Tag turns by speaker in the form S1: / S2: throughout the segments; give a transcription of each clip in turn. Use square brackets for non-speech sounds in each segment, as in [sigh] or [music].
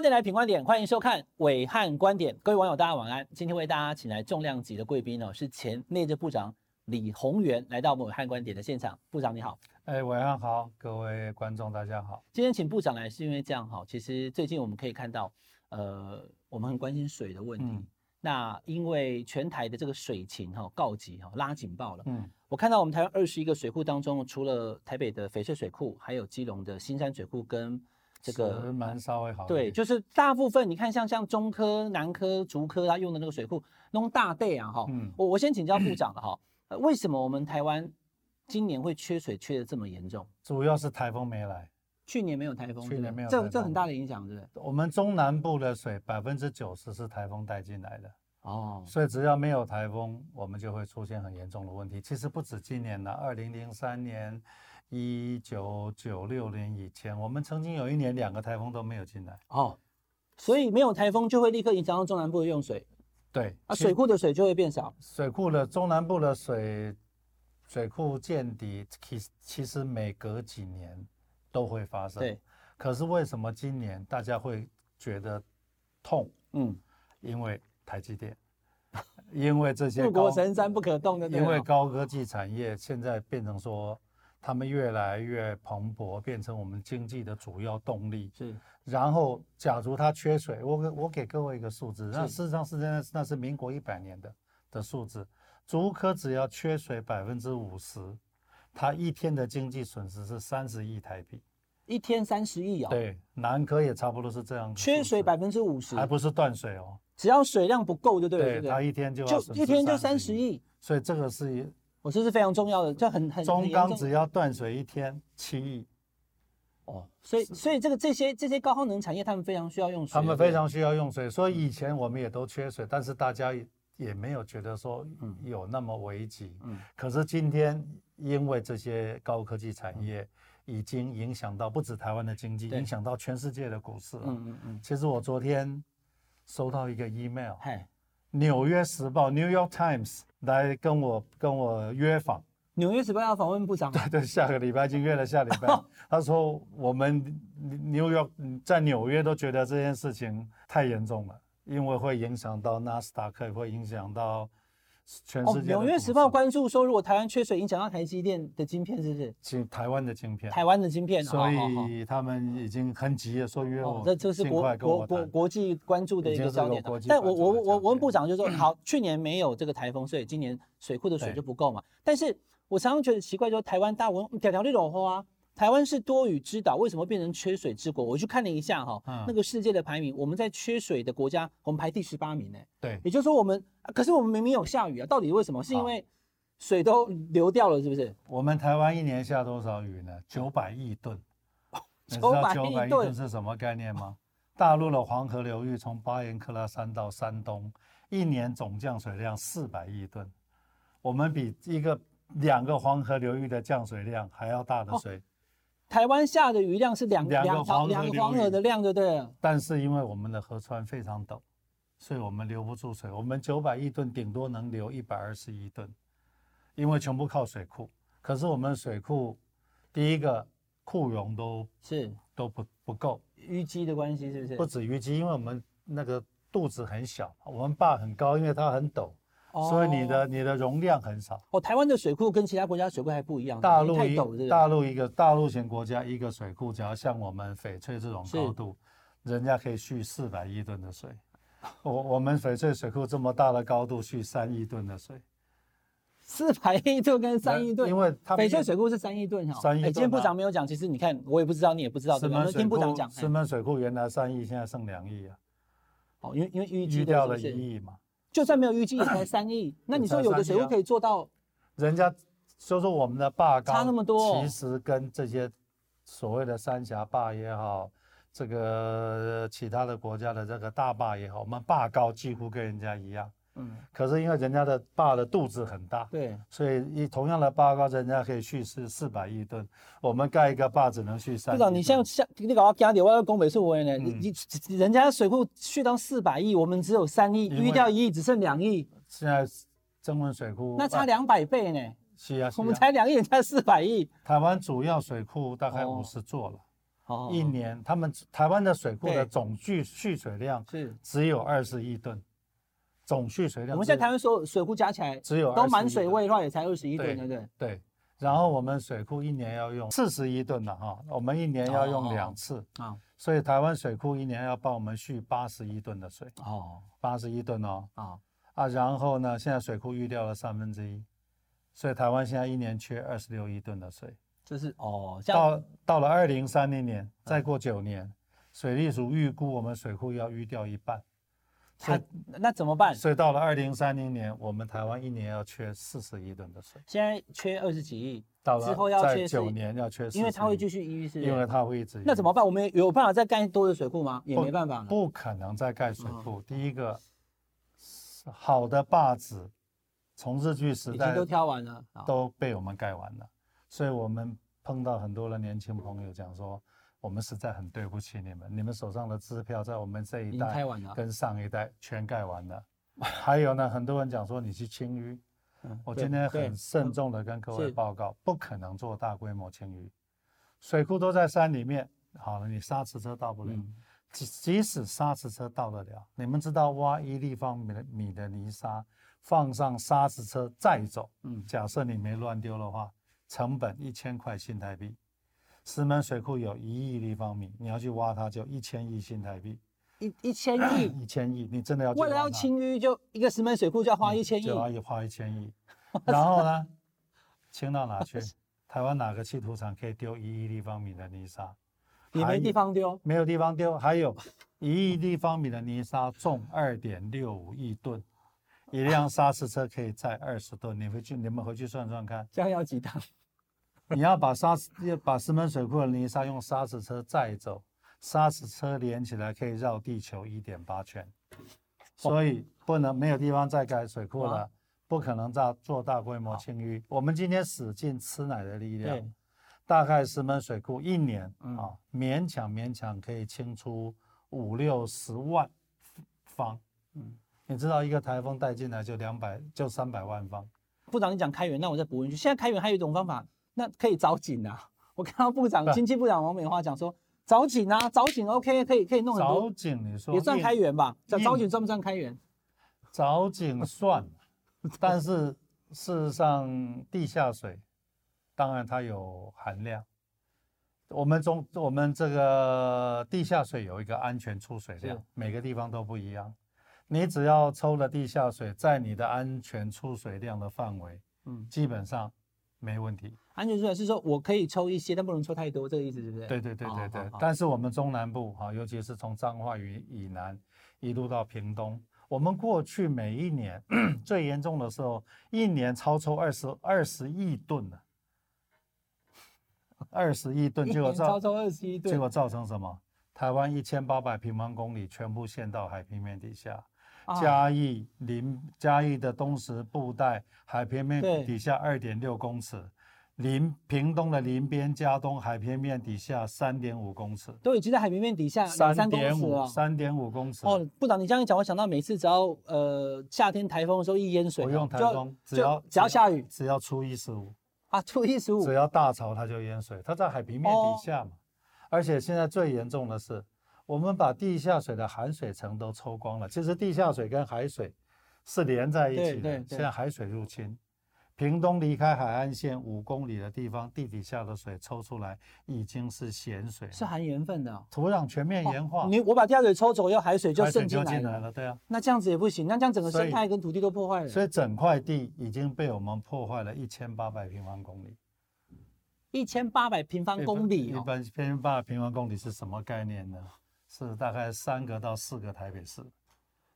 S1: 电台品观点，欢迎收看伟汉观点。各位网友，大家晚安。今天为大家请来重量级的贵宾哦，是前内政部长李鸿源来到我们伟汉观点的现场。部长你好，
S2: 哎，晚上好，各位观众，大家好。
S1: 今天请部长来是因为这样哈，其实最近我们可以看到，呃，我们很关心水的问题。
S2: 嗯
S1: 那因为全台的这个水情哈、告急哈、拉警报了。
S2: 嗯
S1: 我看到我们台湾二十一个水库当中，除了台北的翡翠水库，还有基隆的新山水库跟这
S2: 石
S1: 个
S2: 门稍微好一
S1: 对，
S2: 点
S1: 就是大部分你看像像中科、南科、竹科他用的那个水库弄大队啊哈。
S2: 嗯
S1: 我我先请教部长了哈，呃为什么我们台湾今年会缺水缺的这么严重？
S2: 主要是台风没来。
S1: 去年没有台风，
S2: 去
S1: 对不
S2: 年
S1: 对
S2: 没有
S1: 这
S2: 台
S1: 这很
S2: 风
S1: 大的影响，对不对？
S2: 我们中南部的水百分之九十是台风带进来的，
S1: 哦，
S2: 所以只要没有台风，我们就会出现很严重的问题。其实不止今年了，二零零三年、一九九六年以前，我们曾经有一年两个台风都没有进来。
S1: 哦，所以没有台风就会立刻影响到中南部的用水
S2: 对
S1: 啊，
S2: 其
S1: 水库的水就会变少。
S2: 水库的中南部的水水库见底，其实其实每隔几年都会发生。
S1: 对，
S2: 可是为什么今年大家会觉得痛？
S1: 嗯，
S2: 因为台积电，因为这些
S1: 富
S2: 高
S1: 国，神山不啊可动的，
S2: 因为高科技产业现在变成说，他们越来越蓬勃，变成我们经济的主要动力。
S1: 是
S2: 然后，假如它缺水，我给我给各位一个数字，那
S1: 是
S2: 事实上是那那是民国一百年的的数字，竹科只要缺水百分之五十，它一天的经济损失是三十亿台币。
S1: 一天三十亿哦，，
S2: 对，南科也差不多是这样的数字，
S1: 缺水百分之五十，
S2: 还不是断水哦，
S1: 只要水量不够就对了，对不
S2: 它
S1: 对？
S2: 一天就要
S1: 就
S2: 损
S1: 一
S2: 失
S1: 天就三
S2: 30
S1: 十，亿，
S2: 所以这个是一
S1: 我这是非常重要的，这很很很
S2: 中
S1: 严
S2: 钢
S1: 重
S2: 只要断水一天七亿，
S1: 哦，所以所以这个这些这些高耗能产业，他们非常需要用水，
S2: 他们
S1: 对不对
S2: 非常需要用
S1: 嗯
S2: 水，所以以前我们也都缺水，但是大家也也没有觉得说有那么危急。
S1: 嗯
S2: 可是今天因为这些高科技产业已经影响到不止台湾的经济，
S1: 嗯对
S2: 影响到全世界的股市了。
S1: 嗯嗯嗯，
S2: 其实我昨天收到一个 email，《
S1: 嗨，
S2: 纽约时报》（New York Times） 来跟我跟我约访。
S1: 纽约时报要访问部长，
S2: 对，下个礼拜已经约了下礼拜。
S1: 哦
S2: 他说我们纽约在纽约都觉得这件事情太严重了，因为会影响到纳斯达克，会影响到全
S1: 哦，
S2: 世界的股市。
S1: 纽约时报关注说，如果台湾缺水，影响到台积电的晶片，是不是？
S2: 请台湾的晶片，
S1: 台湾的晶片，哦
S2: 所
S1: 好好好
S2: 以他们已经很急了，说约
S1: 哦
S2: 我，
S1: 这这是
S2: 尽
S1: 国
S2: 快跟
S1: 国
S2: 我
S1: 国
S2: 谈。
S1: 国际关注的一
S2: 已经
S1: 个
S2: 是
S1: 焦
S2: 个
S1: 点啊
S2: 国际
S1: 但
S2: 关
S1: 我
S2: 注
S1: 我
S2: 的
S1: 我
S2: 焦
S1: 我问
S2: 点嗯
S1: 部长就说，好，去年没有这个台风，所以今年水库的水
S2: 对
S1: 就不够嘛。但是我常常觉得奇怪，就是台湾大文条条绿种花啊，台湾是多雨之岛，为什么变成缺水之国？我去看了一下哈、
S2: 嗯
S1: 那个世界的排名，我们在缺水的国家，我们排第十八名呢、
S2: 对，
S1: 也就是说，我们啊可是我们明明有下雨啊，到底为什么？是因
S2: 好
S1: 为水都流掉了，是不是？
S2: 我们台湾一年下多少雨呢？九百亿吨。你知道
S1: 900
S2: 九
S1: 亿
S2: 百亿
S1: 吨
S2: 吨是什么概念吗？大陆的黄河流域从巴颜喀拉山到山东，一年总降水量四百亿吨。我们比一个两个黄河流域的降水量还要大的水，
S1: 台湾下的雨量是两
S2: 两个
S1: 条
S2: 黄河
S1: 两个
S2: 流
S1: 黄
S2: 域
S1: 河的量，对不对了？
S2: 但是因为我们的河川非常陡，所以我们留不住水。我们九百亿吨顶多能留一百二十亿吨，因为全部靠水库。可是我们水库，第一个库容都
S1: 是
S2: 都不不够，
S1: 淤积的关系，是不是？
S2: 不止淤积，因为我们那个肚子很小，我们坝很高，因为它很陡，所以你的你的容量很少。
S1: 哦，台湾的水库跟其他国家水库还不一样，
S2: 大
S1: 因为
S2: 陆
S1: 太陡了，对
S2: 一
S1: 不
S2: 大
S1: 对？
S2: 陆一个大陆型国家一个水库，只要像我们翡翠这种
S1: 是
S2: 高度，人家可以蓄四百亿吨的水。我我们翡翠水库这么大的高度，蓄三亿吨的水，
S1: [laughs] 四百亿吨跟三亿吨，
S2: 因为它
S1: 翡翠水库是三亿吨哈。
S2: 三亿吨啊
S1: 哎今天部长没有讲，其实你看我也不知道，你也不知道，
S2: 石
S1: 对吧？我
S2: 门
S1: 们
S2: 水
S1: 听部长
S2: 库
S1: 讲，
S2: 石
S1: 哎
S2: 门水库原来三亿，现在剩两亿啊，
S1: 哦，因为因为淤积
S2: 淤
S1: 的
S2: 掉
S1: 是不
S2: 了
S1: 是
S2: 一亿嘛。
S1: 就算没有淤积也才三
S2: [coughs]
S1: 亿，那你说
S2: 啊
S1: 有的水库可以做到
S2: 人家说说我们的坝高
S1: 差那么多
S2: 其实跟这些所谓的三峡坝也好，这个其他的国家的这个大坝也好，我们坝高几乎跟人家一样。
S1: 嗯，
S2: 可是因为人家的坝的肚子很大，
S1: 对
S2: 所以一同样的坝高，人家可以蓄是四百亿吨，我们盖一个坝只能蓄三。嗯
S1: 部长，你像像你搞到家里，我要攻北是我呢，你你人家水库去到四百亿，我们只有三亿，
S2: 因为
S1: 淤掉一亿，只剩两亿，
S2: 现在增温水库
S1: 那差
S2: 啊
S1: 两百倍呢。
S2: 是啊，
S1: 我们
S2: 是啊
S1: 才两亿，人家四百亿，
S2: 台湾主要水库大概
S1: 哦
S2: 五十座了，
S1: 哦
S2: 一年他们台湾的水库的
S1: 对
S2: 总蓄蓄水量
S1: 是
S2: 只有二十亿吨，总蓄水量
S1: 我们现在
S2: 只
S1: 台湾所有水库加起来
S2: 只有
S1: 都
S2: 21
S1: 满
S2: 吨
S1: 水位的话，也才二十一吨，
S2: 对
S1: 对不对？
S2: 对，然后我们水库一年要用四十一吨了哈，我们一年要
S1: 哦哦
S2: 用
S1: 哦
S2: 两次，
S1: 啊，
S2: 所以台湾水库一年要帮我们蓄八十一吨的水，
S1: 哦，
S2: 八十一吨哦
S1: 啊，
S2: 啊，然后呢，现在水库预料了三分之一，所以台湾现在一年缺二十六亿吨的水，
S1: 就是哦，这样嗯
S2: 到到了二零三零年，再过九年，水利署预估我们水库要淤掉一半，
S1: 它那怎么办？
S2: 所以到了二零三零年，我们台湾一年要缺四十亿吨的水，
S1: 现在缺二十几亿，
S2: 到
S1: 之后
S2: 了
S1: 要
S2: 在
S1: 缺
S2: 九
S1: 40
S2: 年要缺40亿，
S1: 因为它会继续一亿，是不
S2: 因为
S1: 是？
S2: 它会一直
S1: 那
S2: 淹
S1: 怎么办？我们有办法再盖多的水库吗？也
S2: 不
S1: 没办法了。
S2: 不可能再盖水
S1: 嗯
S2: 库。第一个，好的坝址，从日据时
S1: 已
S2: 代
S1: 经都挑完了，哦好
S2: 都被我们盖完了，所以我们碰到很多的年轻朋友讲说，我们实在很对不起你们，你们手上的支票在我们这
S1: 已
S2: 一
S1: 经开
S2: 代
S1: 完了。
S2: 跟上一代全盖完了。还有呢，很多人讲说你去清淤，
S1: 嗯
S2: 我
S1: 对
S2: 哦今天
S1: 对
S2: 很慎重的跟各
S1: 是
S2: 位报告，不可能做大规模清淤，水库都在山里面，好了，你砂石车到不了。
S1: 嗯
S2: 即即使砂石车到得了，你们知道挖一立方米的米的泥沙，放上砂石车再走，
S1: 嗯
S2: 假设你没乱丢的话，成本一千块新台币。石门水库有一亿立方米，你要去挖它就一千亿新台币，
S1: 一一千亿，
S2: 一千亿，你真的要去
S1: 为了
S2: 挖
S1: 要
S2: 它
S1: 清淤，就一个石门水库就要花一千亿
S2: 就，要一花一千
S1: [laughs]
S2: 亿，然后呢，清到哪去？台湾哪个气土场可以丢一亿立方米的泥沙？
S1: 也
S2: 还
S1: 没地方丢。，
S2: 没有地方丢，还有一亿立方米的泥沙重二点六五亿吨，一辆砂石车可以载二十吨。你回去，你们回去算算看
S1: 这样要几趟？
S2: [laughs] 你要把沙石要把石门水库的泥沙用砂石车载走，砂石车连起来可以绕地球一点八圈，
S1: 哦
S2: 所以不能没有地方再盖水库
S1: 哇
S2: 了，不可能大做大规模清淤。我们今天使尽吃奶的力量
S1: 对，
S2: 大概石门水库一年啊、
S1: 嗯
S2: 勉强勉强可以清出五六十万方。
S1: 嗯
S2: 你知道一个台风带进来就两百就三百万方，
S1: 部长，你讲开源，那我再补问一句，现在开源还有一种方法，那可以找井啊。 [laughs] 我看到部长、
S2: 对
S1: 经济部长王美花讲说，找井啊，找井 OK，可以可以弄很
S2: 藻
S1: 多，
S2: 井你说
S1: 也算
S2: 硬
S1: 开源吧？找
S2: 硬
S1: 找井算不算开源？
S2: 藻井算，但是事实上地下水，当然它有含量。我们中我们这个地下水有一个安全出水量
S1: 是，
S2: 每个地方都不一样。你只要抽了地下水，在你的安全出水量的范围，
S1: 嗯，
S2: 基本上没问题。
S1: 安全出水是说我可以抽一些，但不能抽太多，这个意思对不对？
S2: 对对对
S1: 好
S2: 对对
S1: 好好。
S2: 但是我们中南部哈，尤其是从彰化以以南一路到屏东，我们过去每一年 [clears throat] 最严重的时候，一年超抽二十二十亿吨呢，二十亿吨，
S1: 一
S2: 结果
S1: 年超
S2: 造
S1: 抽二十一
S2: 结
S1: 吨，
S2: 果造成什么？台湾一千八百平方公里全部陷到海平面底下，
S1: 啊
S2: 嘉义林嘉义的东石布袋海平面
S1: 对
S2: 底下二点六公尺，林屏东的林边嘉东海平面底下三点五公尺，
S1: 都已经在海平面底下两三公
S2: 点
S1: 尺
S2: 五
S1: 了。
S2: 三点五公尺。
S1: 哦，部长，你这样一讲，我想到每次只要呃夏天台风的时候一淹水啊，
S2: 不用台
S1: 就
S2: 风，
S1: 就
S2: 只要
S1: 只要下雨
S2: 只要初一十五，
S1: 啊，初一十五
S2: 只要大潮它就淹水，它在海平面
S1: 哦
S2: 底下嘛。而且现在最严重的是，我们把地下水的含水层都抽光了。其实地下水跟海水是连在一
S1: 对
S2: 起
S1: 对
S2: 的
S1: 对，
S2: 现在海水入侵。屏东离开海岸线五公里的地方，地底下的水抽出来已经是咸水了，
S1: 是含盐分的哦、
S2: 土壤全面盐化，
S1: 你我把地下水抽走，要海水就
S2: 哦海水
S1: 渗进
S2: 就
S1: 来
S2: 进
S1: 了
S2: 来。了，对啊。
S1: 那这样子也不行，那这样整个
S2: 所以
S1: 生态跟土地都破坏了。
S2: 所以整块地已经被我们破坏了一千八百平方公里。
S1: 一千八百平方公里
S2: 一
S1: 哦，
S2: 般偏偏八平方公里是什么概念呢？是大概三个到四个台北市。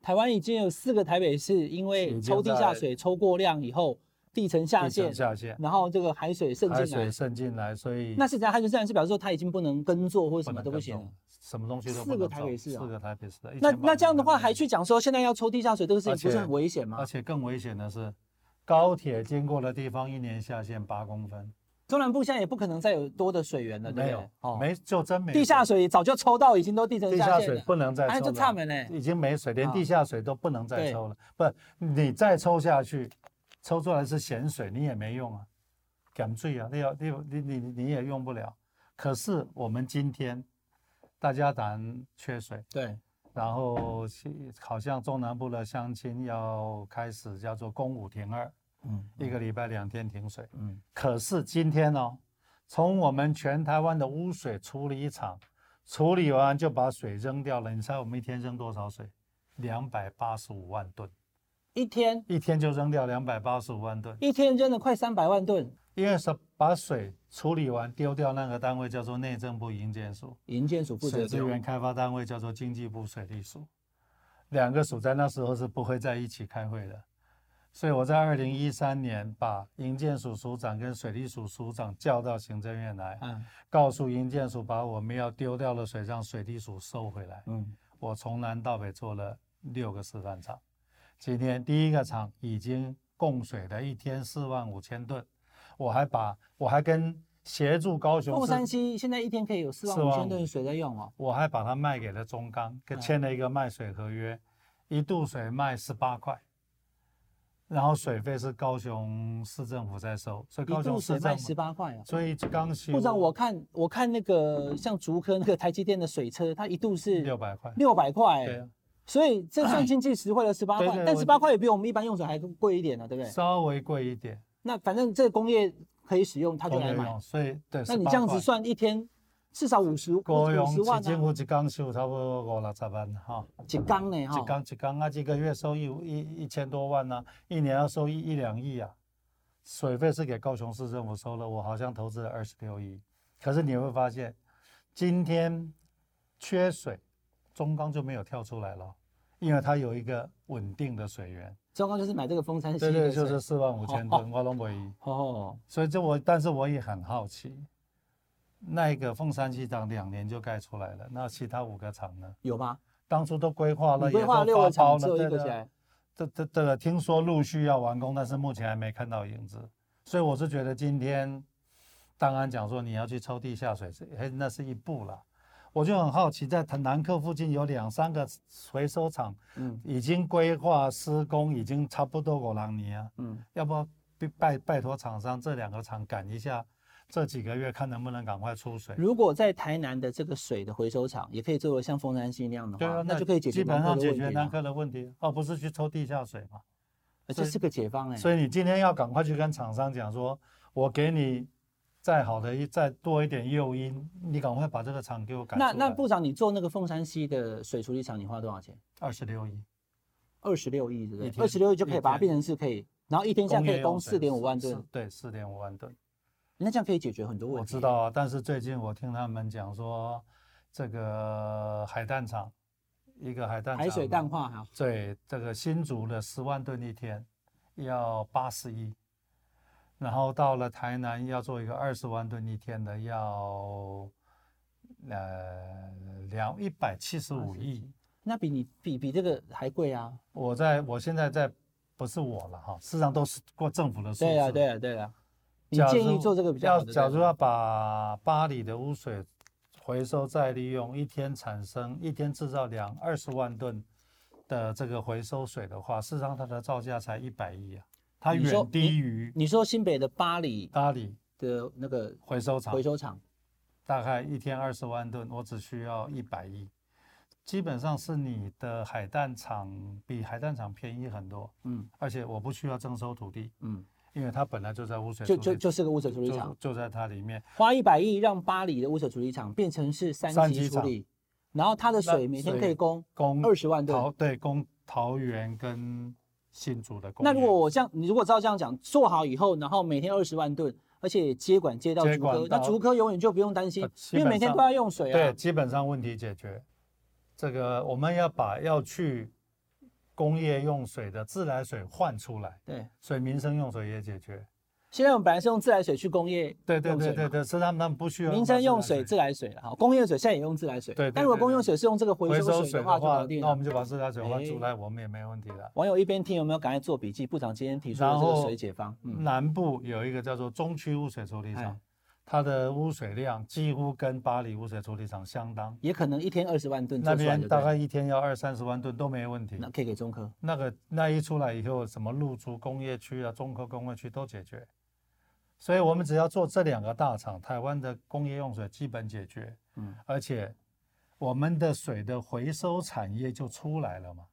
S1: 台湾已经有四个台北市因为
S2: 已经
S1: 抽地下水抽过量以后，地层下
S2: 地层
S1: 陷，
S2: 下陷，
S1: 然后这个海水渗
S2: 海
S1: 进
S2: 水
S1: 来。
S2: 渗进来，所以
S1: 那是怎样？海水自然是表示说它已经不能耕作或者什么
S2: 能
S1: 都不
S2: 耕
S1: 行
S2: 种
S1: 了。，
S2: 什么东西都
S1: 四
S2: 不
S1: 个
S2: 能
S1: 台
S2: 种
S1: 北市啊
S2: 四个台北市的。
S1: 那
S2: 1800
S1: 那这样的话，
S2: 平方
S1: 还去讲说现在要抽地下水这个事情，
S2: 而
S1: 不是
S2: 且
S1: 很危险
S2: 而
S1: 吗？
S2: 且更危险的是，高铁经过的地方一年下陷八公分，
S1: 中南部现在也不可能再有多的水源了，对不
S2: 没
S1: 对
S2: 有？，
S1: 哦，
S2: 没就真没
S1: 地下
S2: 水
S1: 水早就抽到已经都地层
S2: 地
S1: 下
S2: 下
S1: 陷
S2: 水
S1: 了，
S2: 不能再
S1: 哎，
S2: 抽
S1: 就
S2: 了，
S1: 差门嘞。
S2: 已经没水，连
S1: 啊
S2: 地下水都不能再
S1: 对
S2: 抽了。不，你再抽下去，抽出来是咸水，你也没用啊，减罪啊，你要你你你你也用不了。可是我们今天大家谈缺水，
S1: 对，
S2: 然后是好像中南部的乡亲要开始叫做公五停二，
S1: 嗯，
S2: 一个礼拜两天停水。
S1: 嗯，
S2: 可是今天哦，从我们全台湾的污水处理厂处理完就把水扔掉了，你猜我们一天扔多少水？两百八十五万吨，
S1: 一天
S2: 一天就扔掉两百八十五万吨，
S1: 一天扔了快三百万吨，
S2: 因为是把水处理完丢掉那个单位叫做内政部营建署，
S1: 银建署负责
S2: 水资
S1: 丢
S2: 源开发单位叫做经济部水利署，两个署在那时候是不会在一起开会的，所以我在二零一三年把营建署署长跟水利署署长叫到行政院来，
S1: 啊，
S2: 告诉营建署把我们要丢掉的水让水利署收回来。
S1: 嗯，
S2: 我从南到北做了六个示范厂，今天第一个厂已经供水的一天四万五千吨，我还把我还跟协助高雄
S1: 凤
S2: 市
S1: 山西现在一天可以有四万五千吨水在用哦，
S2: 我还把它卖给了中钢，跟
S1: 嗯
S2: 签了一个卖水合约，一度水卖十八块，然后水费是高雄市政府在收，所以
S1: 一
S2: 高
S1: 度
S2: 雄
S1: 水
S2: 市
S1: 卖
S2: 政
S1: 十
S2: 府，
S1: 八块哦。
S2: 所以刚修
S1: 部长，我看我看那个像竹科那个台积电的水车，它一度是
S2: 六百块，
S1: 六百块，欸
S2: 对啊，
S1: 所以这算经济实惠了十八
S2: 对
S1: 块
S2: 对，
S1: 但
S2: 我
S1: 十八块也比我们一般用水还贵一点啊呢、对不对？
S2: 稍微贵一点，
S1: 那反正这个工业可以使用，他就
S2: 够
S1: 来买
S2: 用，。哦所以对，
S1: 那你这样子
S2: 18块，
S1: 算一天至少五十五
S2: 高
S1: 十
S2: 雄
S1: 万
S2: 几乎
S1: 啊，哦
S2: 一刚修差不多五六十万哈，
S1: 几缸呢
S2: 一
S1: 哈？
S2: 刚一刚啊，这个月收益一一千多万呢、一年要收益一两亿啊。水费是给高雄市政府收了，我好像投资了二十六亿。可是你会发现，今天缺水，中钢就没有跳出来了，因为它有一个稳定的水源。
S1: 中钢就是买哦这个风山西
S2: 对
S1: 的
S2: 对，
S1: 水
S2: 就是四万五千吨，我拢唯一。
S1: 哦，
S2: 所以这我，但是我也很好奇，那一个凤山机场两年就盖出来了，那其他五个厂呢？
S1: 有吗？
S2: 当初都规划了，
S1: 你规
S2: 也都
S1: 划六
S2: 发
S1: 个
S2: 包
S1: 厂
S2: 了，
S1: 只有
S2: 对
S1: 一个
S2: 的
S1: 起来，
S2: 这这这个听说陆续要完工，但是目前还没看到影子，所以我是觉得今天当安讲说你要去抽地下水，是嘿，那是一步了。我就很好奇，在南科附近有两三个回收厂
S1: 嗯
S2: 已经规划施工，已经差不多五六年啊，
S1: 嗯，
S2: 要不要拜拜托厂商这两个厂赶一下，这几个月看能不能赶快出水。
S1: 如果在台南的这个水的回收厂也可以做的像凤山西那样的
S2: 对
S1: 话，
S2: 啊，
S1: 那就可以解决
S2: 基本上
S1: 南科的
S2: 解
S1: 问
S2: 决
S1: 题
S2: 南
S1: 了
S2: 科的问题，而不是去抽地下水嘛。
S1: 呃这是个解放哎、
S2: 所以你今天要赶快去跟厂商讲说，我给你再好的一再多一点诱因，你赶快把这个厂给我赶出
S1: 那
S2: 来。
S1: 那部长，你做那个凤山西的水处理厂，你花多少钱？
S2: 二十六亿，
S1: 二十六亿，对不对？
S2: 一
S1: 二
S2: 天
S1: 十六亿就可以
S2: 一
S1: 把它
S2: 天
S1: 变成是可以，然后一天下可
S2: 工业
S1: 以供
S2: 用
S1: 四
S2: 水
S1: 点五万
S2: 是
S1: 吨，，
S2: 对，四点五万吨。
S1: 那这样可以解决很多问
S2: 我
S1: 题。
S2: 知道啊，但是最近我听他们讲说，这个海淡厂，一个海淡
S1: 海水
S2: 厂
S1: 淡化哈，
S2: 对，这个新竹的十万吨一天要八十亿，然后到了台南要做一个二十万吨一天的要，呃，两一百七十五亿。
S1: 那比你比比这个还贵啊。
S2: 我在我现在在不是我了哈，事实上都是过政府的数字。
S1: 对啊，对啊，对啊。你
S2: 假
S1: 建
S2: 如
S1: 议做这个比较
S2: 要
S1: 好的
S2: 假
S1: 对啊
S2: 如
S1: 吧
S2: 要把巴黎的污水回收再利用，一天产生一天制造两二十万吨的这个回收水的话，事实上它的造价才一百亿啊，它
S1: 你说
S2: 远低于
S1: 你说新北的巴黎
S2: 巴黎
S1: 的那个
S2: 回收厂
S1: 回收厂，
S2: 大概一天二十万吨，我只需要一百亿，基本上是你的海淡厂比海淡厂便宜很多，
S1: 嗯
S2: 而且我不需要征收土地，
S1: 嗯，
S2: 因为它本来就在污水
S1: 就
S2: 处
S1: 就
S2: 理
S1: 就是个污水处理
S2: 就
S1: 厂，
S2: 就在它里面。
S1: 花一百亿让巴黎的污水处理厂变成是三
S2: 三
S1: 级
S2: 级
S1: 处
S2: 厂
S1: 理，然后它的
S2: 那
S1: 水每天可以
S2: 水
S1: 供
S2: 供
S1: 二十万吨。
S2: 桃对供桃园跟新竹的供应。
S1: 那如果我这样，你如果照这样讲，做好以后，然后每天二十万吨，而且接管接到
S2: 接
S1: 竹
S2: 管
S1: 科，那
S2: 到
S1: 竹科永远就不用担心
S2: 呃，基
S1: 因为
S2: 本
S1: 每天都
S2: 上
S1: 要用水
S2: 对
S1: 啊。
S2: 基本上问题解决，这个我们要把要去工业用水的自来水换出来，
S1: 对，
S2: 所以民生用水也解决。
S1: 现在我们本来是用自来水去工业
S2: 对对
S1: 用水
S2: 对
S1: 嘛
S2: 对对，是他们他们不需要
S1: 民
S2: 到
S1: 生用
S2: 自来
S1: 水、自来水了哈，工业水现在也用自来水。
S2: 对对
S1: 但如果
S2: 对
S1: 公用
S2: 对
S1: 水是用这个回
S2: 回
S1: 收
S2: 收
S1: 水
S2: 水
S1: 的
S2: 的
S1: 话，就
S2: 话
S1: 搞，定
S2: 那我
S1: 了哎
S2: 们。就把自来水换出来，我们也没问题了。
S1: 网友一边听有没有赶快做笔记？部长今天提出的
S2: 然
S1: 这个
S2: 后
S1: 水解方，嗯，
S2: 南部有一个叫做中区污水处理
S1: 哎
S2: 厂，它的污水量几乎跟巴黎污水处理厂相当，
S1: 也可能一天二十万吨做
S2: 那
S1: 出来
S2: 边
S1: 就对
S2: 大
S1: 了，
S2: 概一天要二三十万吨都没问题。
S1: 那可以给中科。
S2: 那个那一出来以后，什么露出工业区啊、中科工业区都解决，所以我们只要做这两个大厂，台湾的工业用水基本解决，
S1: 嗯，
S2: 而且我们的水的回收产业就出来了嘛，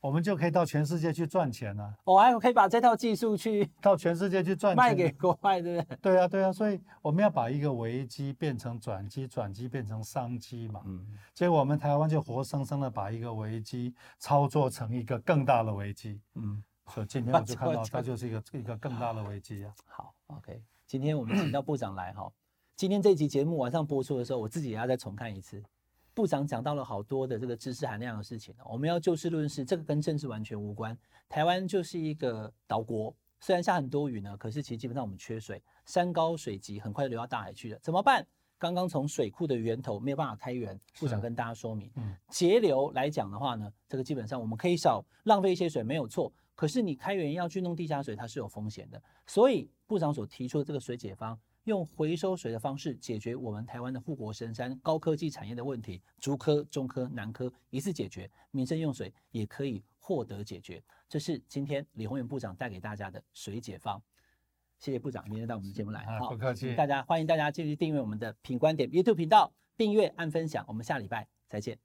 S2: 我们就可以到全世界去赚钱啊，
S1: 哦哎我还可以把这套技术去
S2: 到全世界去赚钱
S1: 卖给国外，对不对？
S2: 对啊，对啊，所以我们要把一个危机变成转机，转机变成商机嘛。
S1: 嗯，
S2: 结果我们台湾就活生生的把一个危机操作成一个更大的危机，
S1: 嗯，
S2: 所以今天我就看
S1: [laughs] 操
S2: 到
S1: 作
S2: 它就是一个一个更大的危机啊。
S1: 好，OK。今天我们请到部长来哈，今天这集节目晚上播出的时候，我自己也要再重看一次。部长讲到了好多的这个知识含量的事情哦，我们要就事论事，这个跟政治完全无关。台湾就是一个岛国，虽然下很多雨呢，可是其实基本上我们缺水，山高水急，很快就流到大海去了，怎么办？刚刚从水库的源头没有办法开源，部长
S2: 是
S1: 跟大家说明。
S2: 嗯，
S1: 节流来讲的话呢，这个基本上我们可以少浪费一些水，没有错。可是你开源要去弄地下水，它是有风险的。所以部长所提出的这个水解方，用回收水的方式解决我们台湾的护国神山高科技产业的问题，竹科、中科、南科一次解决，民生用水也可以获得解决。这是今天李宏远部长带给大家的水解方。谢谢部长今天到我们的节目来， [laughs] 嗯
S2: 啊，不客气，
S1: 大家欢迎大家继续订阅我们的品观点 YouTube 频道，订阅按分享，我们下礼拜再见，